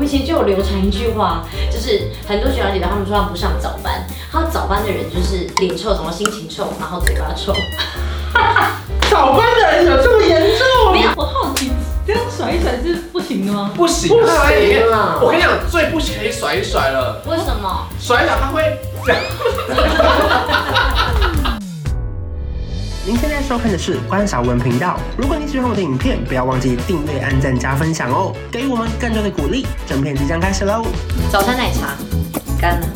以前就有流传一句话，就是很多学长姐他们说他们不上早班，他说早班的人就是脸臭，然后心情臭，然后嘴巴臭。早班的人有这么严重？没有我好奇，这样甩一甩是不行的吗？不行，不他在里面行啊我跟你讲，最不行可以甩一甩了，为什么？甩一甩他会。您现在收看的是关少文频道。如果你喜欢我的影片，不要忘记订阅、按赞、加分享哦，给予我们更多的鼓励。整片即将开始喽！早餐奶茶干了。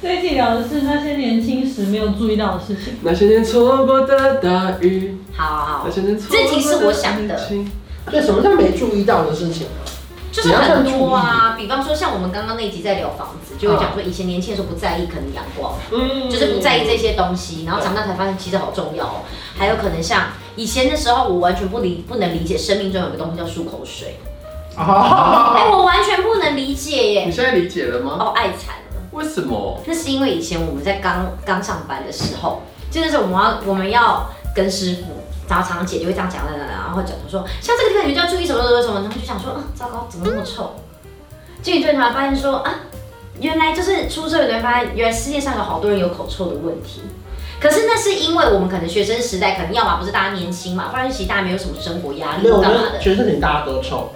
这一集聊的是那些年轻时没有注意到的事情。那些年错过的大雨，好好好那，些年错过的这题是我想的爱情对，什么叫没注意到的事情啊？就是很多啊，比方说像我们刚刚那一集在聊房子，就会讲说以前年轻的时候不在意，可能阳光。嗯就是不在意这些东西，然后长大才发现其实好重要哦。还有可能像以前的时候，我完全不理不能理解生命中有个东西叫漱口水，啊哎、我完全不能理解耶你。现在理解了吗？哦，爱惨了，为什么？那是因为以前我们在刚刚上班的时候，就那时候我们要我们要跟师傅。然后常常姐就会这样讲，讲讲讲然后讲说，像这个地方你就要注意什么什么什么，然后就想说，啊，糟糕，怎么那么臭？就你突然发现说，啊，原来就是出社会，你会发现原来世界上有好多人有口臭的问题。可是那是因为我们可能学生时代，可能要么不是大家年轻嘛，不然其实大家没有什么生活压没力有，或我觉干嘛得的，学生里大家都臭。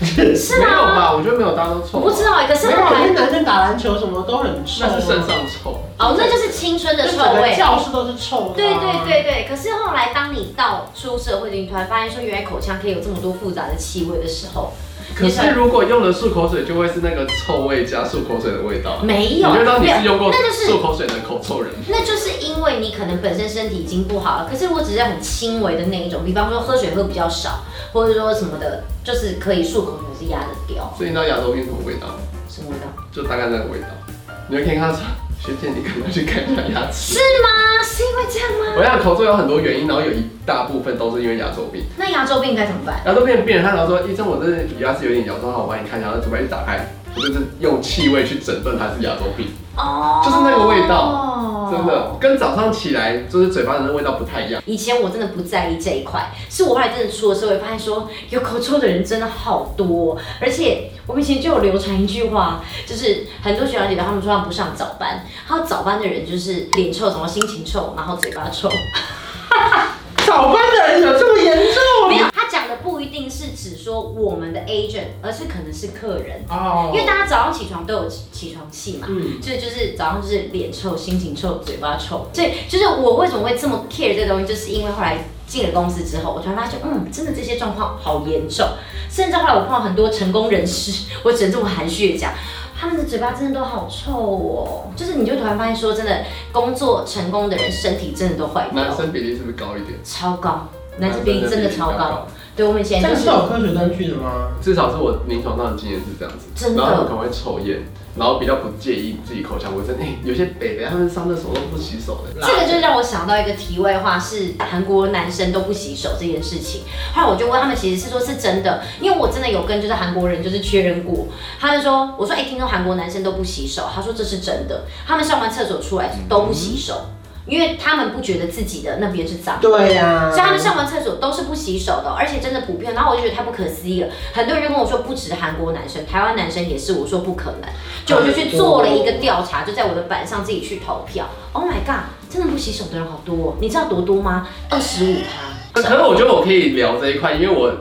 是没有吗？吧？我觉得没有，大家都我臭啊。不知道哎、可是没有，后因来为男生打篮球什么都很臭啊，那是身上臭。哦，那就是青春的就臭整味个。教室都是臭的啊。对对对对，可是后来当你到出社会，你突然发现说，原来口腔可以有这么多复杂的气味的时啊候，可是如果用了漱口水，就会是那个臭味加漱口水的味道。没你有，就当你是用过那就是漱口水的口臭人。那就是因为你可能本身身体已经不好了，可是我只是很轻微的那一种，比方说喝水喝比较少，或者说什么的，就是可以漱口，可是压得掉，所以你知道牙周病什么味道吗？什么味道？就大概那个味道。你就可以看到说，学姐，你可能去看一下牙齿。是吗？是因为这样吗？我想口臭有很多原因，然后有一大部分都是因为牙周病。那牙周病该怎么办？牙周病的病人他然后说，医生，我这牙齿有点摇，说好，我帮你看一下。然后嘴巴一打开，我就是用气味去诊断它是牙周病，哦就是那个味道真的跟早上起来就是嘴巴的那味道不太一样。以前我真的不在意这一块，是我后来真的出了社会，发现说有口臭的人真的好多哦，而且我们以前就有流传一句话，就是很多学长姐他们说他们不上早班，他说早班的人就是脸臭，然后心情臭，然后嘴巴臭。 早班的人有这么严重？没有，他讲的不一定是指说我们的 agent，而是可能是客人。哦因为大家早上起床都有起起床气嘛，嗯所以就是早上就是脸臭、心情臭、嘴巴臭，所以就是我为什么会这么 care 这东西，就是因为后来进了公司之后，我突然发现，嗯，真的这些状况好严重，甚至后来我碰到很多成功人士，我只能这么含蓄的讲。他们的嘴巴真的都好臭哦，就是你就突然发现说，真的工作成功的人身体真的都坏掉男，生比例是不是高一点？超高，哦男生比例真的超高。，对，我们以前这就样是是有科学根据的吗？至少是我临床上的经验是这样子。真然后他们的可能会抽烟，然后比较不介意自己口腔卫生。哎、有些北北他们上厕所都不洗手的。这个就让我想到一个题外话，是韩国男生都不洗手这件事情。后来我就问他们，其实是说是真的，因为我真的有跟就是韩国人就是确认过，他就说，我说哎、听说韩国男生都不洗手，他说这是真的，他们上完厕所出来都不洗手，因为他们不觉得自己的那边是脏。对呀，所以他们上完厕所都是不洗手的哦，而且真的普遍。然后我就觉得太不可思议了，很多人就跟我说，不止韩国男生，台湾男生也是。我说不可能，就我就去做了一个调查，就在我的板上自己去投票。Oh my god，真的不洗手的人好多、哦，你知道多多吗？二十五 可是我觉得我可以聊这一块，因为我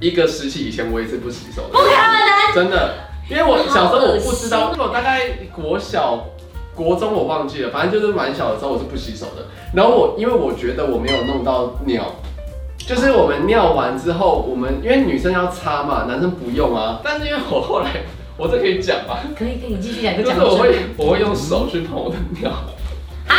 一个时期以前我也是不洗手的。不可能！真的，因为我小时候我不知道，我大概国小、国中我忘记了，反正就是蛮小的时候我是不洗手的。然后我因为我觉得我没有弄到尿。就是我们尿完之后，我们因为女生要擦嘛，男生不用啊。但是因为我后来，我这可以讲吧，可以可以，你继续讲，你就是讲不我会我会用手去碰我的尿，啊，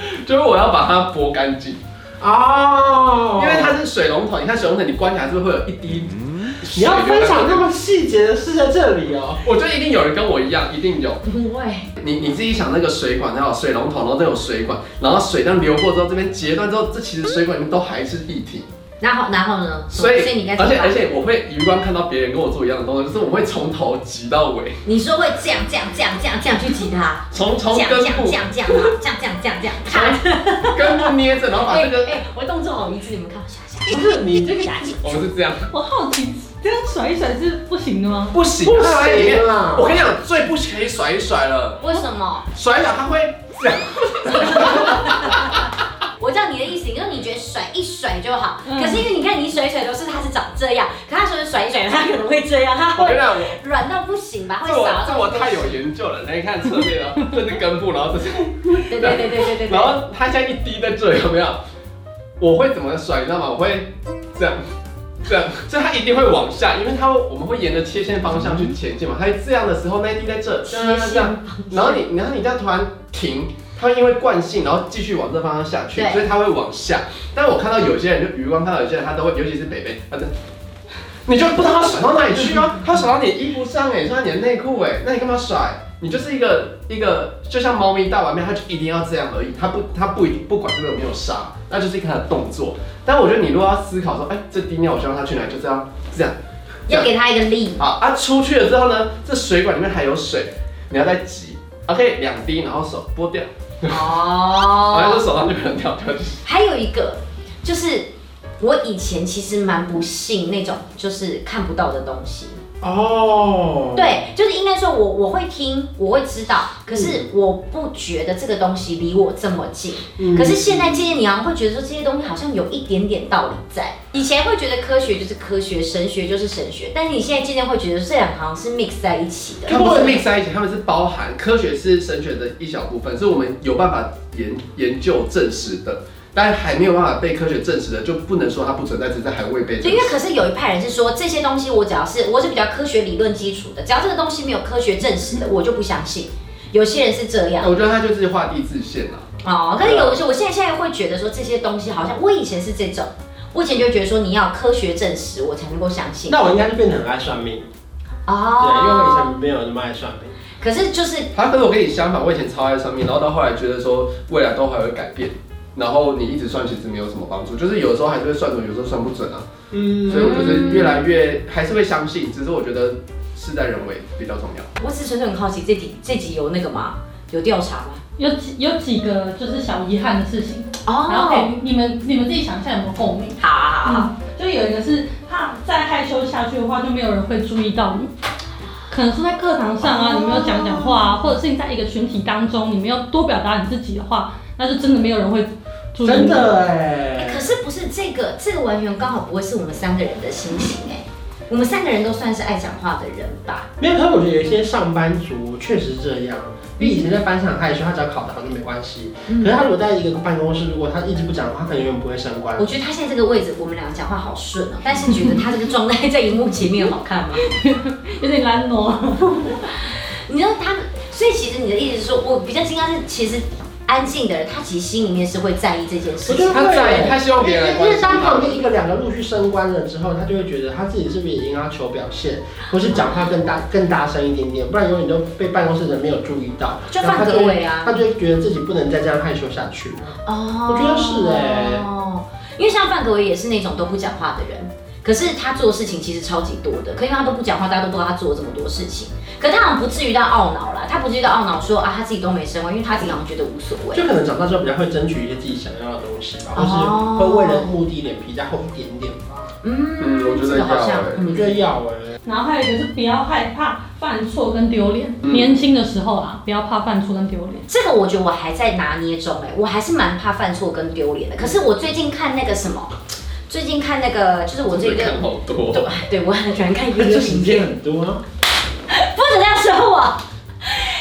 就是我要把它拨干净。哦因为哦它是水龙头，你看水龙头你关起来是不是会有一滴？嗯你要分享那么细节的事在这里哦。我觉得一定有人跟我一样，一定有。不会，你你自己想那个水管，然后有水龙头，然后这有水管，然后水这样流过之后，这边截断之后，这其实水管里面都还是液体。然后然后呢？嗯所以，哦所以你应该怎而么且而办？且我会余光看到别人跟我做一样的动作，就是我会从头挤到尾，你说会这样这样这样这样这样去挤 它，从这从样根这样这部样这样啊，这样这样这样这样，咔！ 根部捏着，然后 把哎这个，哎，我动作好一致，你们看，下下 不是你这 个下下。我哦们是这样，我好奇，这样甩一甩是不行的吗？不行，不它在里面行啊哎啦我跟你讲，最不可以甩一甩了，为什么？甩一甩它会这样，我知道你的意思，因为你觉得甩一甩就好，嗯可是因为你看你甩一甩都是它是长这样，可它说甩一甩它可能会这样，它我跟你会讲，我软到不行吧，会这我少这到我太有研究了，你看侧面啊，这是根部，然后这是，对对对对对对对。然后它现在一滴在这里，有没有？我会怎么甩，你知道吗？我会这样。这样，所以它一定会往下，因为它会我们会沿着切线方向去前进嘛。它这样的时候，那一滴在这，这样这样，然后你，然后你这样突然停，它会因为惯性，然后继续往这方向下去，对所以它会往下。但我看到有些人，就余光看到有些人，他都会，尤其是北北，他就，你就不知道他甩到哪里去啊，他甩到你衣服上哎、甩到你的内裤哎，那你干嘛甩？你就是一个一个，就像猫咪大碗面，它就一定要这样而已，它不它不一定不管这个有没有杀，那就是一个它的动作。但我觉得你如果要思考说，哎、这滴尿我希望它去哪里，就这样这样。要给它一个力，好啊，出去了之后呢，这水管里面还有水，你要再挤。OK，两滴，然后手拨掉，然后哦 这，手上就可能掉掉进去。还有一个就是我以前其实蛮不信那种就是看不到的东西，哦，，对，就是应该说我我会听，我会知道，可是我不觉得这个东西离我这么近。可是现在渐渐你好像会觉得说这些东西好像有一点点道理在。以前会觉得科学就是科学，神学就是神学，但是你现在渐渐会觉得这两行是 mix 在一起的。它不是 mix 在一起，它们是包含科学是神学的一小部分，是我们有办法研研究证实的，但还没有办法被科学证实的，就不能说它不存在，只是还未被证对，因为实。可是有一派人是说这些东西，我只要是我是比较科学理论基础的，只要这个东西没有科学证实的，我就不相信。有些人是这样我觉得它就是画地自限了。哦，可是啊有的时候，我现在现在会觉得说这些东西好像我以前是这种，我以前就觉得说你要科学证实我才能够相信那我应该就变得很爱算命，对，因为我以哦。前没有那么爱算命，可是就是啊，可是我跟你相反，我以前超爱算命，然后到后来觉得说未来都还会改变，然后你一直算其实没有什么帮助，就是有时候还是会算准，有时候算不准啊。嗯，所以我就是越来越还是会相信，只是我觉得事在人为比较重要。我只是纯粹很好奇，这集这集有那个吗？有调查吗？有几有几个就是小遗憾的事情，然后可哦，以你们你们自己想一下有没有共鸣？好好好好，嗯，就有一个是怕再害羞下去的话，就没有人会注意到你。可能是在课堂上哦啊，你没有讲讲话啊，或者是你在一个群体当中，你没有多表达你自己的话，那就真的没有人会注意你。真的哎哎，可是不是这个这个完全刚好不会是我们三个人的心情哎，我们三个人都算是爱讲话的人吧？没有，可是我觉得有一些上班族确实是这样。你以前在班上很害羞，他只要考得好就没关系。可是他如果在一个办公室，如果他一直不讲的话，他可能永远不会升官我。觉得他现在这个位置，我们俩讲话好顺哦，但是觉得他这个状态在荧幕前面好看吗？有点懒惰。你知道他们，所以其实你的意思是说，我比较惊讶是，其实安静的人，他其实心里面是会在意这件事我觉情得。他在意，他希望别人来因关为心当旁他。边一个两个陆续升官了之后，他就会觉得他自己是不是也应该要求表现，嗯或是讲话更大更大声一点点，不然永远都被办公室的人没有注意到，就然后范他格就会伟啊，他就会觉得自己不能再这样害羞下去。哦我觉得是欸哦，因为像范格伟也是那种都不讲话的人，可是他做事情其实超级多的，可因为他都不讲话，大家都不知道他做了这么多事情，可他好像不至于到懊恼啦，他不至于到懊恼说啊他自己都没升官，因为他自己好像觉得无所谓。就可能长大之后比较会争取一些自己想要的东西吧，或哦是会为了目的脸皮再厚一点点吧。嗯嗯我觉得这个好像要欸我嗯觉得要哎、然后还有一个是不要害怕犯错跟丢脸。嗯年轻的时候啊，不要怕犯错跟丢脸。这个我觉得我还在拿捏中哎、我还是蛮怕犯错跟丢脸的。可是我最近看那个什么，最近看那个就是我最嘴近看好多，对对，我很喜欢看 一个这影时片间，很多啊，不准这样说我。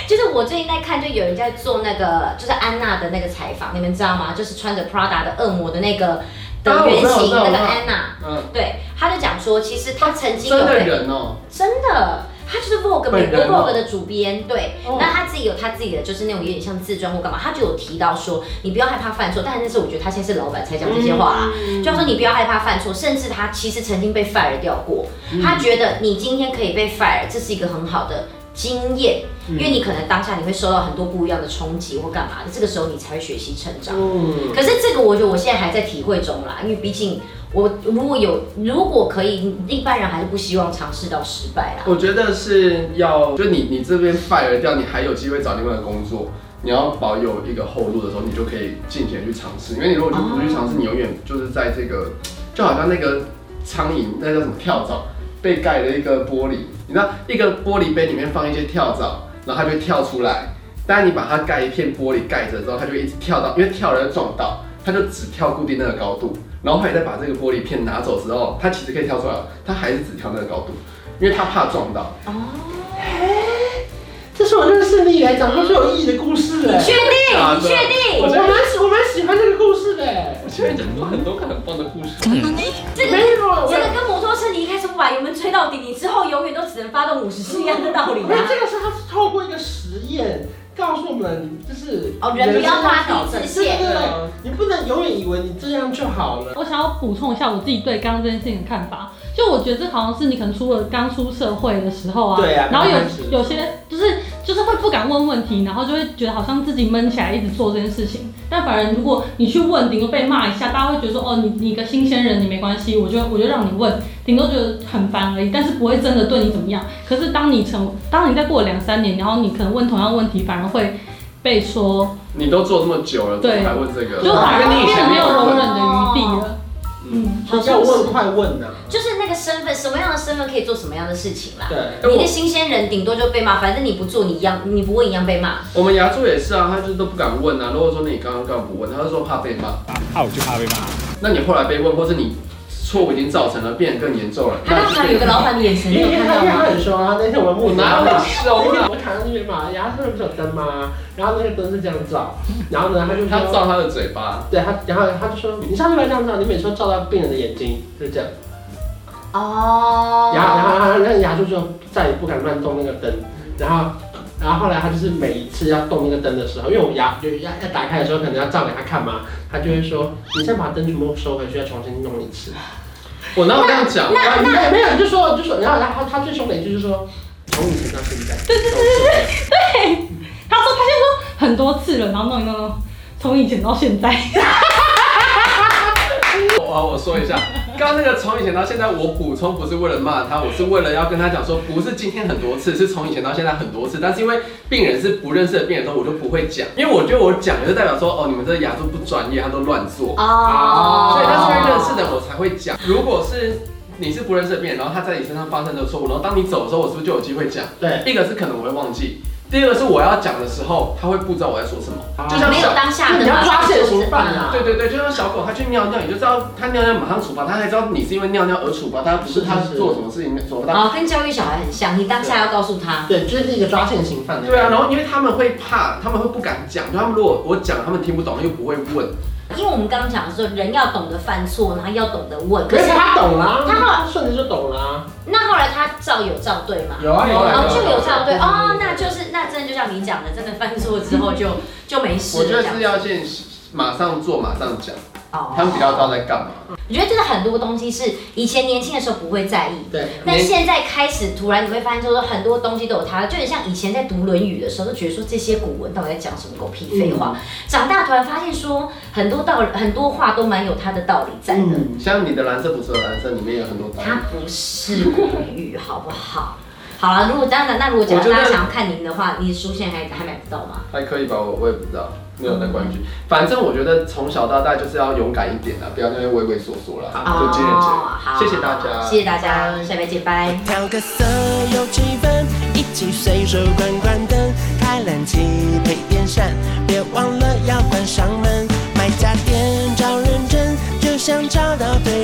就是我最近在看，就有人在做那个，就是安娜的那个采访，你们知道吗？就是穿着 Prada 的恶魔的那个啊的我知原道我型知那道个我知道安娜，嗯，对，他就讲说，其实他曾经有真的被人哦，真的，他就是 Vogue 美本国人哦 Vogue 的主编，对。那他自己有他自己的，就是那种有点像自传或干嘛，他就有提到说，你不要害怕犯错。但是那是我觉得他现在是老板才讲这些话啦，嗯嗯就说你不要害怕犯错，甚至他其实曾经被 fire 掉过，他觉得你今天可以被 fire，这是一个很好的经验，因为你可能当下你会受到很多不一样的冲击或干嘛的，这个时候你才会学习成长。嗯，可是这个我觉得我现在还在体会中啦，因为毕竟我如果有如果可以，一般人还是不希望尝试到失败啦。我觉得是要，就你你这边 fire 掉，你还有机会找另外的工作，你要保有一个后路的时候，你就可以尽情地去尝试。因为你如果就不去尝试，你永远就是在这个，就好像那个苍蝇，那叫什么跳蚤，被盖了一个玻璃，你知道一个玻璃杯里面放一些跳蚤，然后它就会跳出来。但你把它盖一片玻璃盖着之后，它就会一直跳到，因为跳了就撞到，它就只跳固定那个高度。然后后来再把这个玻璃片拿走之后，它其实可以跳出来了，它还是只跳那个高度，因为它怕撞到。这是我认识你以来讲过最有意义的故事哎、确啊定？你确我定？蛮喜我蛮喜欢这个故事的、哎我现在讲过很多个很棒的故事，哎这个没有，我这个跟摩托车你一开始不把油门吹到底，你之后永远都只能发动五十是一样的道理没有啊。这个是他是透过一个实验告诉我们，就是哦人不要画地自对对限对，你不能永远以为你这样就好了。我想要补充一下我自己对刚刚这件事情的看法，就我觉得这好像是你可能出了刚出社会的时候啊，对啊然后刚开始有有些就是就是会不敢问问题，然后就会觉得好像自己闷起来一直做这件事情，但反而如果你去问，顶多被骂一下，大家会觉得说哦你你一个新鲜人你没关系，我就我就让你问，顶多觉得很烦而已，但是不会真的对你怎么样。可是当你成当你再过了两三年，然后你可能问同样问题，反而会被说你都做这么久了，怎么还问这个？啊就反而因为你以变得前没有容忍问。的余地了，嗯。所以要问快问呐、啊就是那个身份，什么样的身份可以做什么样的事情啦。对，你一个新鲜人，顶多就被骂，反正你不做，你一样，你不问一样被骂。我们牙柱也是啊，他就是都不敢问啊。如果说你刚刚干嘛不问，他就说怕被骂。怕啊我就怕被骂。那你后来被问，或是你错误已经造成了，变得更严重了，他刚那才有个老板的眼神，因你为有因为看他到因为他吗？很凶啊，那天我们我木哪有很凶 啊？我躺在那边嘛，然后他那边不是有灯吗？然后那个灯是这样照，然后呢他就他说，照他的嘴巴，对他，然后他就说，你上次不要这样啊照，你每次都照到病人的眼睛，就是这样。哦。然后然后然后那个牙柱就再也不敢乱动那个灯，然后然后后来他就是每一次要动那个灯的时候，因为我们牙就要要打开的时候，可能要照给他看嘛，他就会说你再把灯全部收回去，再重新弄一次。我哪有这样讲？然后没有没有，你就说就说，然后然后他最凶的一句就是说从以前到现在，对对对 他说他现在说很多次了，然后弄一弄弄，从以前到现在，我我说 一下，刚刚那个从以前到现在，我补充不是为了骂他，我是为了要跟他讲说，不是今天很多次，是从以前到现在很多次。但是因为病人是不认识的病人的时候，我就不会讲，因为我觉得我讲就代表说，哦，你们这个牙柱不专业，他都乱做，哦。啊所以他是会认识的，我才会讲。如果是你是不认识的病人，然后他在你身上发生的错误，然后当你走的时候，我是不是就有机会讲？对，一个是可能我会忘记，第二个是我要讲的时候，他会不知道我在说什么，就像没小有当下的你要抓现行嘛嗯犯啊对对对，就像小狗，它去尿尿，你就知道它尿尿马上处罚，它还知道你是因为尿尿而处罚它，不是它是是做什么事情处罚它。哦，跟教育小孩很像，你当下要告诉他。对，就是一个抓现行犯的。对啊，然后因为他们会怕，他们会不敢讲，就他们如果我讲，他们听不懂又不会问。因为我们刚刚讲的说，人要懂得犯错，然后要懂得问。可可是是他懂啦，他他顺着就懂啦。那后来他照有照对吗？有啊有啊哦，有就有照对哦，那就是那真的就像你讲的，真的犯错之后就就没事我觉了。得这样是要先马上做，马上讲，哦他们比较知道在干嘛。我觉得就是很多东西是以前年轻的时候不会在意，对，但现在开始突然你会发现，就是说很多东西都有它，就很像以前在读《论语》的时候，都觉得说这些古文到底在讲什么狗屁废话。长大突然发现说很多道很多话都蛮有它的道理在的。嗯，像你的嗯蓝色不是有蓝色，里面有很多答它案。不是古语，好不好？好了，如果当然，那如果假我如觉得大家想要看您的话，你的书现在还还买不到吗？还可以吧，我我也不知道，没有在关注。反正我觉得从小到大就是要勇敢一点啦，啊不要那边畏畏缩缩啦，啊就接着哦好，接。谢谢大家，谢谢大家，下礼拜见，拜。调个色有气氛，一起随手关关灯，开冷气配电扇，别忘了要关上门。买家电找认真，就像找到对